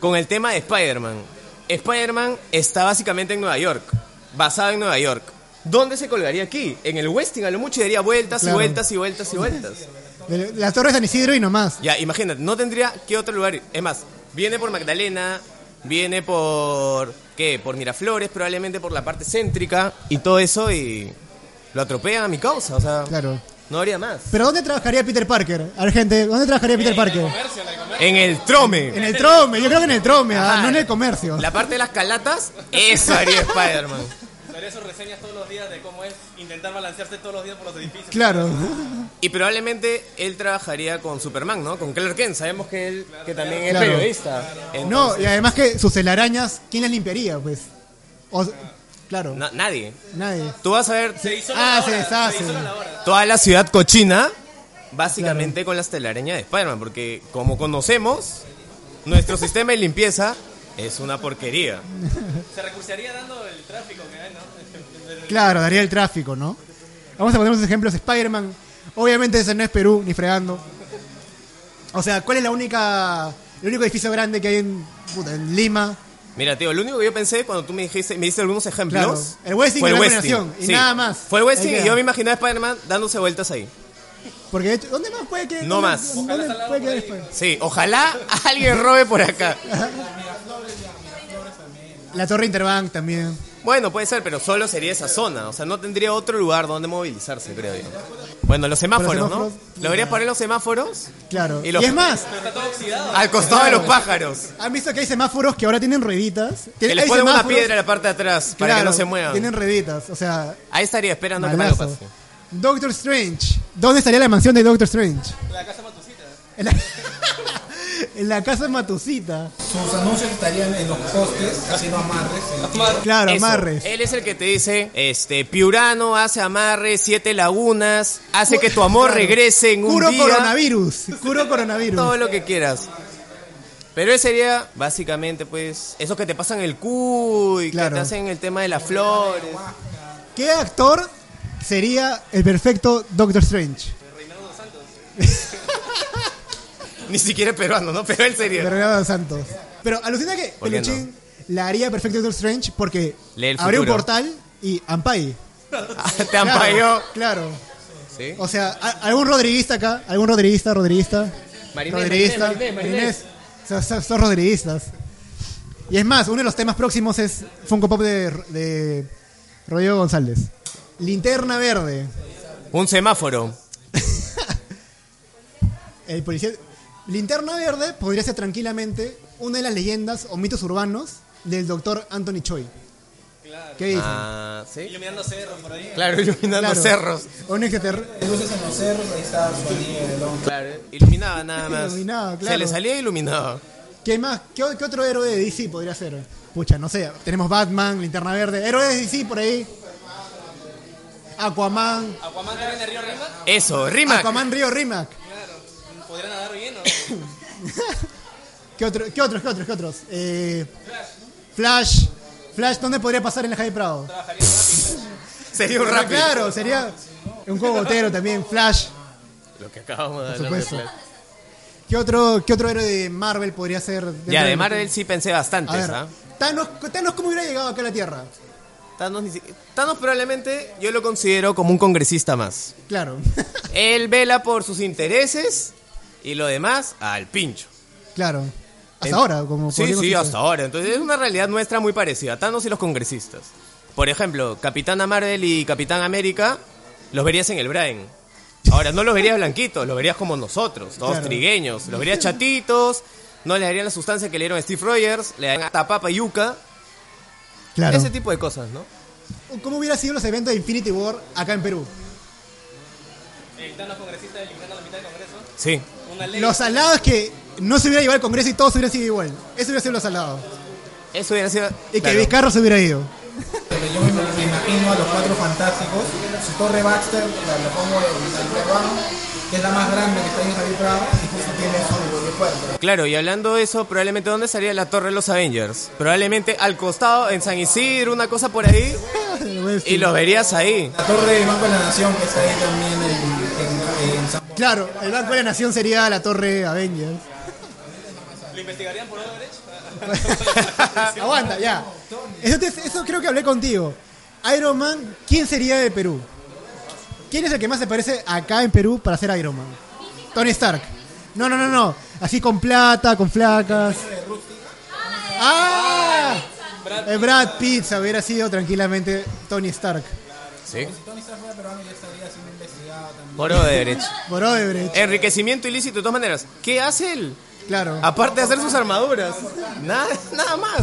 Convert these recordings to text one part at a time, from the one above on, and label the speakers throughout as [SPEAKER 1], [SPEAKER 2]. [SPEAKER 1] con el tema de Spider-Man. Spider-Man está básicamente en Nueva York, basado en Nueva York. ¿Dónde se colgaría aquí? En el Westing a lo mucho y daría vueltas
[SPEAKER 2] Claro.
[SPEAKER 1] y vueltas y vueltas y vueltas.
[SPEAKER 2] De Las Torres de San Isidro y nomás.
[SPEAKER 1] Ya, imagínate, no tendría qué otro lugar. ir. Es más, viene por Magdalena, viene por. ¿Qué? Por Miraflores, probablemente por la parte céntrica y todo eso y. Lo atropellan a mi causa, o sea.
[SPEAKER 2] Claro.
[SPEAKER 1] No habría más.
[SPEAKER 2] Pero ¿dónde trabajaría Peter Parker? A ver, gente, ¿dónde trabajaría Peter Parker?
[SPEAKER 1] En el trome.
[SPEAKER 2] En el trome, yo creo que en el trome, ah,
[SPEAKER 1] Ajá.
[SPEAKER 2] no en el comercio.
[SPEAKER 1] La parte de las calatas, eso haría Spider-Man.
[SPEAKER 3] Pero eso reseñas todos los días de cómo es intentar balancearse todos los días por los edificios.
[SPEAKER 2] Claro.
[SPEAKER 1] Y probablemente él trabajaría con Superman, ¿no? Con Clark Kent. Sabemos que él que también es
[SPEAKER 2] Claro.
[SPEAKER 1] periodista.
[SPEAKER 2] No,
[SPEAKER 1] Entonces,
[SPEAKER 2] y además que sus telarañas, ¿quién las limpiaría, pues? O- claro,
[SPEAKER 1] na- nadie.
[SPEAKER 2] nadie.
[SPEAKER 1] Tú vas a ver
[SPEAKER 3] Se hizo
[SPEAKER 2] Ah,
[SPEAKER 3] la
[SPEAKER 2] se
[SPEAKER 3] hora,
[SPEAKER 2] deshace.
[SPEAKER 3] se hizo la hora.
[SPEAKER 1] toda la ciudad cochina, básicamente con las telarañas de Spider-Man, porque como conocemos, nuestro sistema de limpieza es una porquería.
[SPEAKER 3] Se recursaría dando el tráfico que hay, ¿no?
[SPEAKER 2] Claro, daría el tráfico, ¿no? Vamos a poner unos ejemplos. Spider-Man, obviamente ese no es Perú, ni fregando. O sea, ¿cuál es la única, el único edificio grande que hay en, puta, en Lima?
[SPEAKER 1] Mira, tío, lo único que yo pensé cuando tú me dijiste, me diste algunos ejemplos.
[SPEAKER 2] Claro, el Westing
[SPEAKER 1] fue
[SPEAKER 2] y la
[SPEAKER 1] Westing.
[SPEAKER 2] Combinación, y nada más.
[SPEAKER 1] Fue el Westing
[SPEAKER 2] Ahí
[SPEAKER 1] y
[SPEAKER 2] queda.
[SPEAKER 1] yo me imaginé a Spider-Man dándose vueltas ahí.
[SPEAKER 2] Porque de hecho, ¿dónde más puede quedar?
[SPEAKER 1] No
[SPEAKER 2] ¿Dónde-
[SPEAKER 1] más.
[SPEAKER 2] ¿Dónde puede quedar Spider-Man?
[SPEAKER 1] Sí, ojalá alguien robe por acá.
[SPEAKER 2] La Torre Interbank también.
[SPEAKER 1] Bueno, puede ser, pero solo sería esa zona. O sea, no tendría otro lugar donde movilizarse, creo yo. Bueno, los semáforos,
[SPEAKER 2] semáforos,
[SPEAKER 1] ¿no? Lo deberías poner los semáforos
[SPEAKER 2] Claro.
[SPEAKER 1] Y
[SPEAKER 2] Y,
[SPEAKER 1] los-
[SPEAKER 2] es más,
[SPEAKER 1] al costado de los pájaros.
[SPEAKER 2] ¿han visto que hay semáforos que ahora tienen rueditas? Tien-
[SPEAKER 1] Que les
[SPEAKER 2] hay
[SPEAKER 1] ponen una
[SPEAKER 2] semáforos-
[SPEAKER 1] piedra a la parte de atrás para que
[SPEAKER 2] claro,
[SPEAKER 1] no se muevan.
[SPEAKER 2] Tienen rueditas, o sea,
[SPEAKER 1] Ahí estaría esperando que algo
[SPEAKER 2] malazo.
[SPEAKER 1] pase.
[SPEAKER 2] Doctor Strange. ¿Dónde estaría la mansión de Doctor Strange?
[SPEAKER 3] La casa matucita.
[SPEAKER 2] En la, en la casa de Matusita.
[SPEAKER 4] Sus anuncios estarían en los postes, haciendo amarres. en la tierra.
[SPEAKER 2] Claro,
[SPEAKER 1] Eso.
[SPEAKER 2] amarres.
[SPEAKER 1] Él es el que te dice, este, Piurano hace amarres, siete lagunas, hace que tu amor
[SPEAKER 2] Claro.
[SPEAKER 1] regrese en un
[SPEAKER 2] Curo
[SPEAKER 1] día.
[SPEAKER 2] coronavirus. Curo
[SPEAKER 1] Todo
[SPEAKER 2] coronavirus.
[SPEAKER 1] lo que quieras. Pero ese sería, básicamente, pues, esos que te pasan el cuy, que
[SPEAKER 2] Claro.
[SPEAKER 1] te hacen el tema de las flores.
[SPEAKER 2] ¿Qué actor sería el perfecto Doctor Strange?
[SPEAKER 1] Ni siquiera peruano, ¿no? Pero él
[SPEAKER 2] De
[SPEAKER 1] sería.
[SPEAKER 2] Renato Santos. Pero alucina que
[SPEAKER 1] ¿Por qué
[SPEAKER 2] Peluchín la haría perfecto Doctor Strange porque
[SPEAKER 1] Lee el
[SPEAKER 2] abrió un
[SPEAKER 1] futuro.
[SPEAKER 2] portal y Ampai.
[SPEAKER 1] Ah, te han pagado.
[SPEAKER 2] Claro.
[SPEAKER 1] ¿Sí?
[SPEAKER 2] O sea, a- algún rodriguista acá, algún rodriguista, rodriguista.
[SPEAKER 1] Marinés,
[SPEAKER 2] rodriguista.
[SPEAKER 1] Marinés, Marinés, Marinés.
[SPEAKER 2] Son, son- son rodriguistas. Y es más, uno de los temas próximos es Funko Pop de, de Rodrigo González. Linterna verde.
[SPEAKER 1] Un semáforo.
[SPEAKER 2] El policía. Linterna verde podría ser tranquilamente una de las leyendas o mitos urbanos del doctor Anthony Choi. ¿Qué dice?
[SPEAKER 1] Ah, ¿sí?
[SPEAKER 3] Iluminando cerros por ahí.
[SPEAKER 1] Claro, iluminando
[SPEAKER 2] Claro.
[SPEAKER 1] cerros.
[SPEAKER 2] O un extraterrestre.
[SPEAKER 4] Luces en los cerros, ahí está su anillo de Londres.
[SPEAKER 1] Claro, eh. iluminaba nada más.
[SPEAKER 2] Iluminaba,
[SPEAKER 1] Se
[SPEAKER 2] claro.
[SPEAKER 1] le salía iluminado.
[SPEAKER 2] ¿Qué más? ¿Qué, o- qué otro héroe de DC podría ser? Pucha, no sé. Tenemos Batman, Linterna Verde, héroes de DC por ahí. Aquaman,
[SPEAKER 3] Aquaman también de Río Rima.
[SPEAKER 2] Ah,
[SPEAKER 1] Eso, rima.
[SPEAKER 2] Aquaman Río Rimac.
[SPEAKER 3] Podría nadar bien, ¿no?
[SPEAKER 2] ¿Qué, otro, qué otros? ¿Qué otros? ¿Qué otros? Eh, Flash. Flash, ¿dónde podría pasar en la Javi Prado?
[SPEAKER 1] Sería un
[SPEAKER 2] Pero
[SPEAKER 1] rap.
[SPEAKER 2] Claro, sería un juego gotero también, Flash.
[SPEAKER 1] Lo que acabamos de
[SPEAKER 2] Por
[SPEAKER 1] hablar.
[SPEAKER 2] supuesto.
[SPEAKER 1] de Flash.
[SPEAKER 2] ¿Qué otro, qué otro héroe de Marvel podría ser? dentro
[SPEAKER 1] Ya, de
[SPEAKER 2] del-
[SPEAKER 1] Marvel sí pensé
[SPEAKER 2] A
[SPEAKER 1] bastante,
[SPEAKER 2] ver,
[SPEAKER 1] ¿ah?
[SPEAKER 2] Thanos, Thanos, ¿cómo hubiera llegado acá a la Tierra?
[SPEAKER 1] Thanos, ni si- Thanos probablemente yo lo considero como un congresista más.
[SPEAKER 2] Claro.
[SPEAKER 1] Él vela por sus intereses y lo demás al pincho.
[SPEAKER 2] claro. Hasta
[SPEAKER 1] En-
[SPEAKER 2] ahora, como
[SPEAKER 1] Sí,
[SPEAKER 2] podríamos
[SPEAKER 1] sí,
[SPEAKER 2] decir.
[SPEAKER 1] hasta ahora. Entonces es una realidad nuestra muy parecida. Thanos y los congresistas. Por ejemplo, Capitana Marvel y Capitán América los verías en el Brian. Ahora, no los verías blanquitos, los verías como nosotros, todos
[SPEAKER 2] Claro.
[SPEAKER 1] trigueños. Los verías chatitos, no les darían la sustancia que le dieron a Steve Rogers, le darían hasta papa y yuca.
[SPEAKER 2] Claro.
[SPEAKER 1] Ese tipo de cosas, ¿no?
[SPEAKER 2] ¿Cómo hubiera sido los eventos de Infinity War acá en Perú?
[SPEAKER 3] El Thanos congresista eliminando la mitad del congreso.
[SPEAKER 1] Sí.
[SPEAKER 3] Una ley.
[SPEAKER 2] Los salados que no se hubiera llevado al Congreso y todos hubieran sido igual. Eso hubiera sido los salados.
[SPEAKER 1] Eso hubiera sido...
[SPEAKER 2] Y
[SPEAKER 1] claro.
[SPEAKER 2] que Vizcarra se hubiera ido.
[SPEAKER 4] Pero yo me me imagino a los cuatro fantásticos, su torre Baxter, la, la pongo en el peruano, que es la más grande que está en Javier Prado, y justo tiene su recuerdo.
[SPEAKER 1] Claro, y hablando de eso, probablemente ¿dónde estaría la torre de los Avengers? Probablemente al costado, en San Isidro, una cosa por ahí, y los verías ahí.
[SPEAKER 4] La torre del Banco de la Nación, que está ahí también en, en, en San Juan.
[SPEAKER 2] Claro, el Banco de la Nación sería la Torre Avengers.
[SPEAKER 3] Lo investigarían por obra derecha.
[SPEAKER 2] Aguanta, ya. Eso, te- eso creo que hablé contigo. Iron Man, ¿quién sería de Perú? ¿Quién es el que más se parece acá en Perú para ser Iron Man? Tony Stark. No, no, no, no. Así con plata, con flacas. ¡Ah! Eh, Brad Pitt se hubiera sido tranquilamente Tony Stark.
[SPEAKER 1] Sí.
[SPEAKER 4] peruano ya estaría siendo investigado también.
[SPEAKER 1] Por derecho.
[SPEAKER 2] Por Odebrecht,
[SPEAKER 1] Enriquecimiento ilícito de todas maneras. ¿Qué hace él?
[SPEAKER 2] claro.
[SPEAKER 1] Aparte de hacer sus armaduras. Nada, nada más.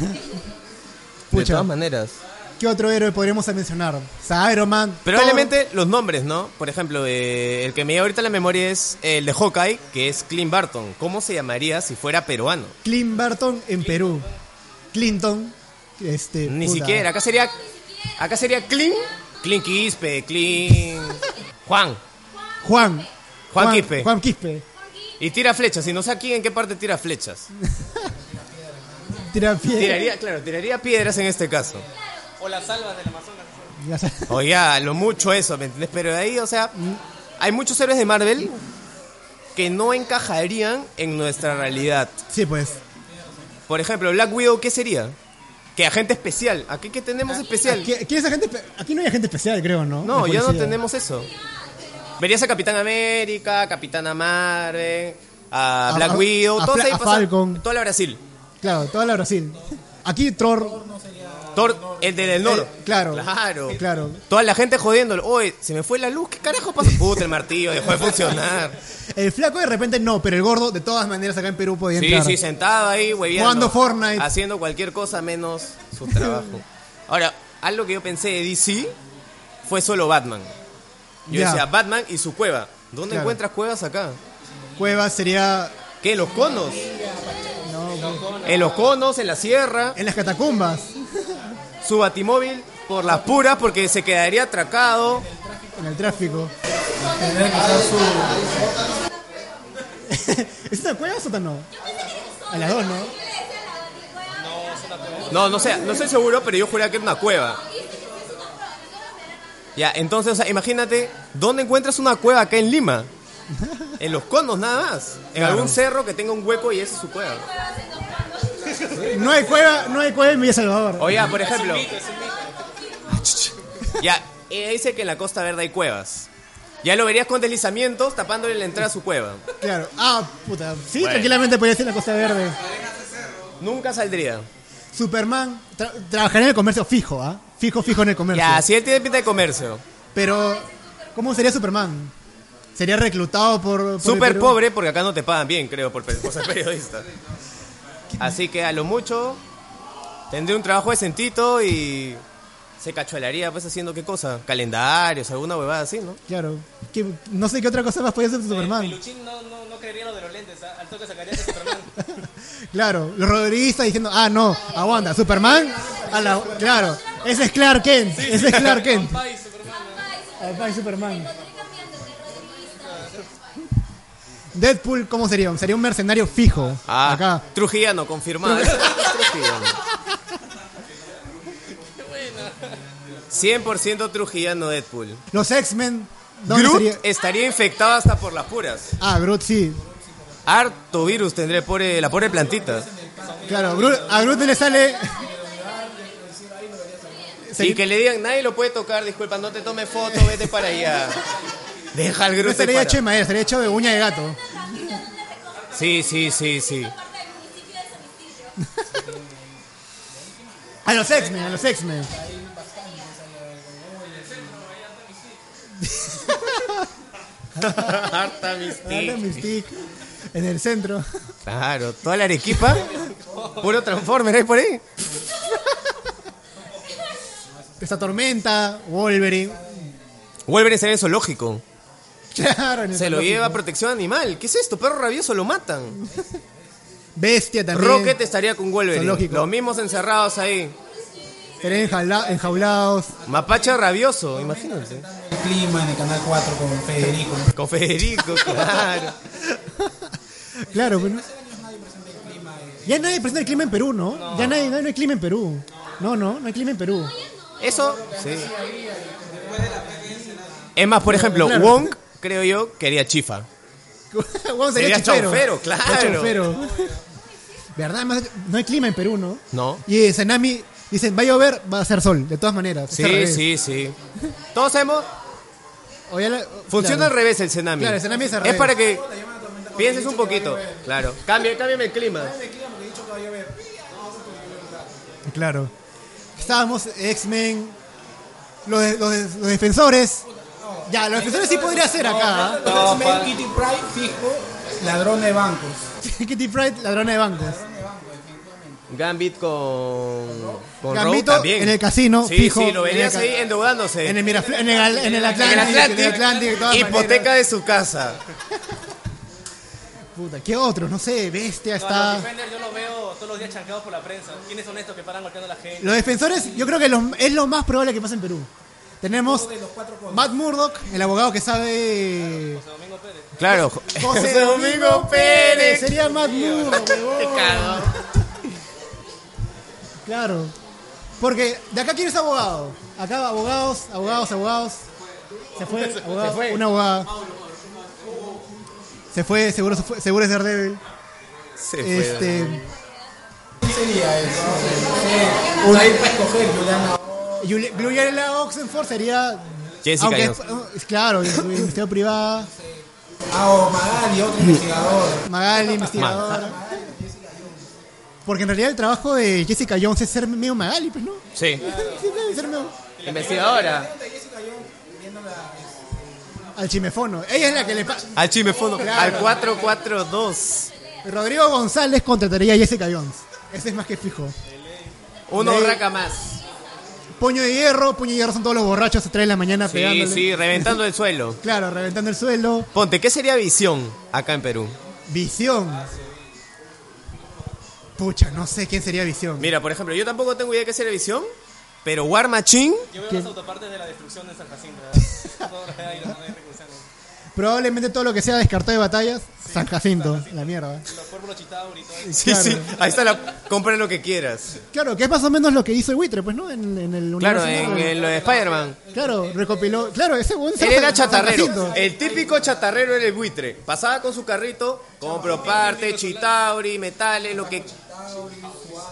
[SPEAKER 1] De
[SPEAKER 2] Pucha.
[SPEAKER 1] todas maneras.
[SPEAKER 2] ¿Qué otro héroe podríamos mencionar? O sea, Iron Man.
[SPEAKER 1] Pero
[SPEAKER 2] Thor.
[SPEAKER 1] obviamente los nombres, ¿no? Por ejemplo, eh, el que me lleva ahorita a la memoria es el de Hawkeye, que es Clint Barton. ¿Cómo se llamaría si fuera peruano?
[SPEAKER 2] Clint Barton en Perú. Clinton. Este,
[SPEAKER 1] Ni
[SPEAKER 2] puta.
[SPEAKER 1] siquiera. Acá sería. Acá sería Clint. Clint Quispe, Clint. Juan.
[SPEAKER 2] Juan.
[SPEAKER 1] Juan Quispe.
[SPEAKER 2] Juan Quispe.
[SPEAKER 1] Y tira flechas. Y no sé aquí en qué parte tira flechas.
[SPEAKER 2] Tira pie.
[SPEAKER 1] Tiraría, claro, tiraría piedras en este caso.
[SPEAKER 3] O las salvas del Amazonas.
[SPEAKER 2] Ya sa-
[SPEAKER 1] Oye, a lo mucho eso, ¿me entiendes? Pero de ahí, o sea, mm, hay muchos héroes de Marvel que no encajarían en nuestra realidad.
[SPEAKER 2] Sí, pues.
[SPEAKER 1] Por ejemplo, Black Widow, ¿qué sería? Que agente especial. ¿Aquí qué tenemos especial?
[SPEAKER 2] Aquí, aquí esa gente espe- aquí no hay gente especial, creo, ¿no?
[SPEAKER 1] No,
[SPEAKER 2] De
[SPEAKER 1] ya no
[SPEAKER 2] policía.
[SPEAKER 1] tenemos eso. Verías a Capitán América, Capitana Marvel, a
[SPEAKER 2] A-
[SPEAKER 1] Black
[SPEAKER 2] a-
[SPEAKER 1] Widow,
[SPEAKER 2] a
[SPEAKER 1] todos
[SPEAKER 2] Fla-
[SPEAKER 1] ahí
[SPEAKER 2] a
[SPEAKER 1] pasan-
[SPEAKER 2] Falcon.
[SPEAKER 1] Toda la Brasil.
[SPEAKER 2] Claro, toda la Brasil. Aquí Thor.
[SPEAKER 1] Thor, el del norte.
[SPEAKER 2] Eh, claro.
[SPEAKER 1] Claro.
[SPEAKER 2] Claro.
[SPEAKER 1] Toda la gente jodiéndolo. Oye, se me fue la luz, ¿qué carajo pasó? Puta, el martillo dejó de funcionar.
[SPEAKER 2] El flaco de repente no, pero el gordo de todas maneras acá en Perú podía
[SPEAKER 1] Sí,
[SPEAKER 2] entrar.
[SPEAKER 1] sí, sentado ahí, hueviando.
[SPEAKER 2] Jugando Fortnite.
[SPEAKER 1] Haciendo cualquier cosa menos su trabajo. Ahora, algo que yo pensé de DC fue solo Batman. Yo
[SPEAKER 2] Ya.
[SPEAKER 1] decía, Batman y su cueva. ¿Dónde
[SPEAKER 2] Claro.
[SPEAKER 1] encuentras cuevas acá?
[SPEAKER 2] Cuevas sería
[SPEAKER 1] ¿Qué? ¿En los conos? En los conos, en la sierra.
[SPEAKER 2] en las catacumbas.
[SPEAKER 1] Su batimóvil por las puras porque se quedaría atracado.
[SPEAKER 2] En el tráfico.
[SPEAKER 4] Tendría que usar su.
[SPEAKER 2] ¿Es una cueva o no? A las dos, ¿no?
[SPEAKER 1] No, no sé, no estoy seguro, pero yo juraba que era una cueva. Ya, entonces, o sea, imagínate, ¿dónde encuentras una cueva acá en Lima? En los conos nada más. En algún cerro que tenga un hueco y esa es su cueva.
[SPEAKER 2] No hay cueva, no hay cueva en Villa Salvador.
[SPEAKER 1] O ya, por ejemplo. Ah, Ya, ella dice que en la Costa Verde hay cuevas. Ya lo verías con deslizamientos tapándole la entrada a su cueva.
[SPEAKER 2] Claro. Ah, puta. Sí,
[SPEAKER 1] Bueno.
[SPEAKER 2] tranquilamente podía ser la Costa Verde.
[SPEAKER 1] Nunca saldría.
[SPEAKER 2] Superman tra- trabajaría en el comercio fijo, ¿ah? Fijo, fijo en el comercio.
[SPEAKER 1] Ya, si él tiene pinta de comercio.
[SPEAKER 2] Pero, ¿cómo sería Superman? ¿Sería reclutado por. por el
[SPEAKER 1] Súper
[SPEAKER 2] Perú?
[SPEAKER 1] pobre porque acá no te pagan bien, creo, por, per- por ser periodista. Así que a lo mucho tendré un trabajo decentito y se cachuelaría pues haciendo qué cosa, calendarios, alguna huevada así, ¿no?
[SPEAKER 2] Claro. Que- no sé qué otra cosa más podía hacer
[SPEAKER 3] El
[SPEAKER 2] Superman.
[SPEAKER 3] Luchín no, no, no creería lo de los lentes, ¿ah? al toque sacaría de Superman.
[SPEAKER 2] Claro, los rodriguistas diciendo, ah, no, aguanta, Superman. A la, claro, ese es Clark Kent. Ese es Clark Kent.
[SPEAKER 3] Ay, Superman. ¿no?
[SPEAKER 2] Papá y Superman. Deadpool, ¿cómo sería? Sería un mercenario fijo.
[SPEAKER 1] Ah,
[SPEAKER 2] Acá.
[SPEAKER 1] Trujillano, confirmado. Trujillano. 100% Trujillano Deadpool.
[SPEAKER 2] Los X-Men. ¿dónde
[SPEAKER 1] Groot
[SPEAKER 2] sería?
[SPEAKER 1] estaría infectado hasta por las puras.
[SPEAKER 2] Ah, Groot, sí.
[SPEAKER 1] Harto virus tendré por eh, la pobre plantita.
[SPEAKER 2] Claro, Groot- a Groot le sale.
[SPEAKER 1] Y que le digan, nadie lo puede tocar, disculpa, no te tome foto, vete para allá. Deja al
[SPEAKER 2] No
[SPEAKER 1] grupo.
[SPEAKER 2] estaría hecho de madera, estaría hecho de uña de gato.
[SPEAKER 1] Sí, sí, sí, sí.
[SPEAKER 2] A los X-Men, a los X-Men.
[SPEAKER 1] Harta Mystique.
[SPEAKER 2] Dale Mystique En el centro.
[SPEAKER 1] Claro, toda la arequipa. Puro Transformer ahí por ahí.
[SPEAKER 2] Esta tormenta, Wolverine.
[SPEAKER 1] Wolverine sería zoológico.
[SPEAKER 2] Claro, en el
[SPEAKER 1] Se lo
[SPEAKER 2] zoológico.
[SPEAKER 1] lleva a protección animal. ¿Qué es esto? Perro rabioso lo matan.
[SPEAKER 2] Bestia también.
[SPEAKER 1] Rocket estaría con Wolverine.
[SPEAKER 2] Zoológico.
[SPEAKER 1] Los mismos encerrados ahí.
[SPEAKER 2] Estaría enjaula- enjaulados.
[SPEAKER 1] Mapache rabioso, imagínense.
[SPEAKER 4] El clima en el canal 4 con Federico.
[SPEAKER 1] Con Federico, claro.
[SPEAKER 2] Claro, pero. Ya nadie presenta el clima en Perú, ¿no? Ya nadie, no, no hay clima en Perú. No, no, no hay clima en Perú.
[SPEAKER 1] Eso, sí. Es más, por ejemplo, Wong, creo yo, quería chifa.
[SPEAKER 2] Juan
[SPEAKER 1] Sería
[SPEAKER 2] chispero.
[SPEAKER 1] chaufero, claro.
[SPEAKER 2] Sería chaufero. ¿Verdad? Además, no hay clima en Perú, ¿no?
[SPEAKER 1] No.
[SPEAKER 2] Y eh, Sanami, dicen, va a llover, va a ser sol, de todas maneras. Es al
[SPEAKER 1] Sí,
[SPEAKER 2] revés.
[SPEAKER 1] sí, sí. Todos sabemos,
[SPEAKER 2] O ya la-
[SPEAKER 1] funciona
[SPEAKER 2] claro.
[SPEAKER 1] al revés el cenami.
[SPEAKER 2] Claro, el tsunami es al
[SPEAKER 1] Es
[SPEAKER 2] revés.
[SPEAKER 1] para que pienses un poquito. Claro. Cambia, cámbiame el clima.
[SPEAKER 2] Claro. Estábamos X-Men, los, de- los, de- los defensores. Ya, los defensores sí podría ser acá. ¿ah?
[SPEAKER 4] Entonces, Mel Kitty Pryde, fijo, ladrón de bancos.
[SPEAKER 2] Kitty Pride, ladrona de bancos.
[SPEAKER 1] Gambit con. con
[SPEAKER 2] Gambito
[SPEAKER 1] Rogue también.
[SPEAKER 2] en el casino,
[SPEAKER 1] Sí,
[SPEAKER 2] fijo,
[SPEAKER 1] sí, lo
[SPEAKER 2] en el
[SPEAKER 1] verías
[SPEAKER 2] ca-
[SPEAKER 1] ahí endeudándose.
[SPEAKER 2] En el, Mirafl- en el, en el Atlantic.
[SPEAKER 1] En el Atlantic,
[SPEAKER 2] en el Atlantic, de todas
[SPEAKER 1] hipoteca
[SPEAKER 2] maneras.
[SPEAKER 1] de su casa.
[SPEAKER 2] Puta, ¿qué otro? No sé, bestia
[SPEAKER 3] No,
[SPEAKER 2] está.
[SPEAKER 3] los Defenders yo los veo todos los días chancados por la prensa. ¿Quiénes son estos que paran golpeando a la gente?
[SPEAKER 2] Los defensores, yo creo que los- es lo más probable que pase en Perú. Tenemos Matt Murdock, el abogado que sabe.
[SPEAKER 1] Claro.
[SPEAKER 2] José Domingo Pérez. Sería Matt Murdock, huevón. Claro. Porque de acá quién es abogado. Acá abogados, abogados, abogados. Se fue, abogado,
[SPEAKER 1] fue.
[SPEAKER 2] una abogada. Se fue, seguro, se fue- seguro es Daredevil.
[SPEAKER 1] Se fue.
[SPEAKER 2] Este,
[SPEAKER 4] ¿Qué sería eso? No sé. Ahí para escoger, Juliana.
[SPEAKER 2] Juli- Juliana Oxenford sería.
[SPEAKER 1] Jessica
[SPEAKER 2] aunque
[SPEAKER 1] Jones.
[SPEAKER 2] es- claro, investigador privada.
[SPEAKER 4] Ah, o Magali, otro investigador.
[SPEAKER 2] Magali, investigadora. Porque en realidad el trabajo de Jessica Jones es ser medio Magali, pues no.
[SPEAKER 1] Sí.
[SPEAKER 2] Sí, debe ser medio-
[SPEAKER 1] Investigadora.
[SPEAKER 2] Al chimefono. Ella es la que le pasa.
[SPEAKER 1] Al chimefono.
[SPEAKER 2] Claro.
[SPEAKER 1] Al 442.
[SPEAKER 2] Rodrigo González contrataría a Jessica Jones. Ese es más que fijo.
[SPEAKER 1] Uno
[SPEAKER 2] Ley.
[SPEAKER 1] raca más.
[SPEAKER 2] Puño de hierro, puño de hierro son todos los borrachos a 3 de la mañana
[SPEAKER 1] Sí,
[SPEAKER 2] pegándole.
[SPEAKER 1] sí, reventando el suelo.
[SPEAKER 2] Claro, reventando el suelo.
[SPEAKER 1] Ponte, ¿qué sería visión acá en Perú?
[SPEAKER 2] Visión. Pucha, no sé quién sería Visión.
[SPEAKER 1] Mira, por ejemplo, yo tampoco tengo idea de qué sería visión, pero War Machine,
[SPEAKER 3] Yo veo las autopartes de la destrucción de San Jacinto. ¿verdad? Todos los que hay, los que hay reclusando.
[SPEAKER 2] Probablemente todo lo que sea descartado de batallas, San Jacinto, la mierda.
[SPEAKER 3] Los cuerpos chitauri y todo eso.
[SPEAKER 1] sí,
[SPEAKER 2] Claro.
[SPEAKER 1] sí, ahí está la compra lo que quieras.
[SPEAKER 2] Claro, que es más o menos lo que hizo el buitre, pues, ¿no? En, en el
[SPEAKER 1] Claro,
[SPEAKER 2] universo
[SPEAKER 1] en,
[SPEAKER 2] Marvel.
[SPEAKER 1] en lo de Spider-Man.
[SPEAKER 2] Claro, recopiló. Claro, ese buen
[SPEAKER 1] Él era chatarrero, el típico chatarrero era el buitre. Pasaba con su carrito, compro parte, chitauri, metales, lo que.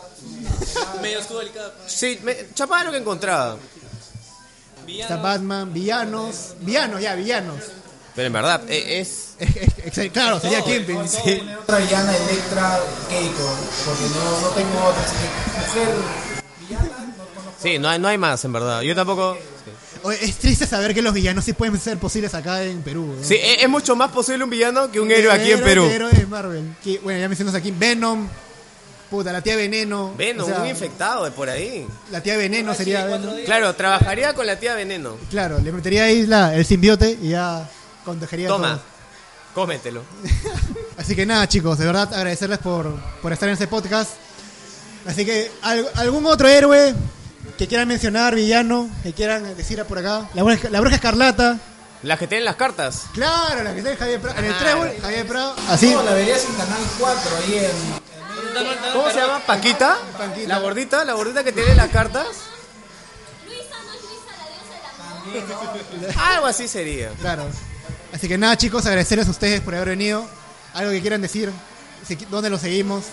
[SPEAKER 3] Medio escudo del cap.
[SPEAKER 1] Sí, me- chapaba lo que encontraba.
[SPEAKER 2] Está
[SPEAKER 3] Villano.
[SPEAKER 2] Batman, villanos. Villanos, ya, villanos.
[SPEAKER 1] Pero en verdad, e- es.
[SPEAKER 2] Ex- claro, sería Kingpin.
[SPEAKER 4] Voy a poner Otra villana, Electra, Keiko. Porque no, no tengo otra. así que Mujer, villana, no conozco.
[SPEAKER 1] Sí, no hay, no hay más, en verdad. Yo tampoco.
[SPEAKER 2] Oye, Es triste saber que los villanos sí pueden ser posibles acá en Perú. ¿no?
[SPEAKER 1] Sí, e- es mucho más posible un villano que un héroe aquí en
[SPEAKER 2] Héroe-
[SPEAKER 1] Perú.
[SPEAKER 2] héroe de Marvel. Que, bueno, ya mencionas aquí Venom. Puta, la tía Veneno.
[SPEAKER 1] Veneno,
[SPEAKER 2] O sea,
[SPEAKER 1] un infectado de por ahí.
[SPEAKER 2] La tía Veneno sería. Venom.
[SPEAKER 1] Claro, trabajaría con la tía Veneno.
[SPEAKER 2] Claro, le metería ahí la, el simbiote y ya contagiaría a
[SPEAKER 1] Toma,
[SPEAKER 2] todos.
[SPEAKER 1] cómetelo.
[SPEAKER 2] Así que nada, chicos, de verdad agradecerles por, por estar en este podcast. Así que al- algún otro héroe que quieran mencionar, villano, que quieran decir por acá. La, bruja- la bruja escarlata.
[SPEAKER 1] Las que tienen las cartas.
[SPEAKER 2] Claro, la que está en Javier Prado. En el
[SPEAKER 1] Ah.
[SPEAKER 2] trébol, Javier Prado. Así.
[SPEAKER 4] No, la verías en Canal 4, ahí en.
[SPEAKER 1] ¿Cómo se llama? ¿Paquita?
[SPEAKER 2] Paquita.
[SPEAKER 1] La gordita, la gordita que tiene las cartas.
[SPEAKER 5] Luisa no es Luisa, la diosa del amor.
[SPEAKER 1] Algo así sería.
[SPEAKER 2] Claro. Así que nada, chicos, agradecerles a ustedes por haber venido. Algo que quieran decir. Si qui- ¿Dónde los seguimos?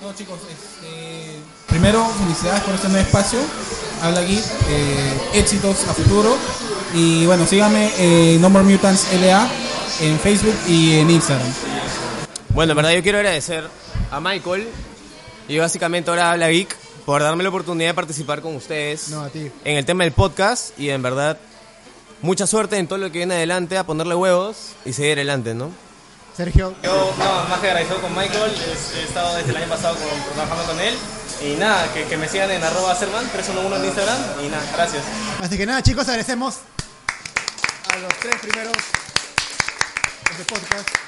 [SPEAKER 4] No, chicos, este, primero, felicidades por este nuevo espacio. Habla aquí, éxitos a futuro. Y bueno, síganme en No More Mutants LA en Facebook y en Instagram.
[SPEAKER 1] Bueno, en verdad yo quiero agradecer a Michael y básicamente ahora habla Geek por darme la oportunidad de participar con ustedes
[SPEAKER 2] No, a ti.
[SPEAKER 1] en el tema del podcast y en verdad mucha suerte en todo lo que viene adelante, a ponerle huevos y seguir adelante, ¿no?
[SPEAKER 2] Sergio.
[SPEAKER 3] Yo, no, más que agradecido con Michael, es- he estado desde el año pasado con- trabajando con él. Y nada, que, que me sigan en arroba serman 311 en Instagram. Y nada, gracias.
[SPEAKER 2] Así que nada, chicos, agradecemos a los tres primeros de este podcast.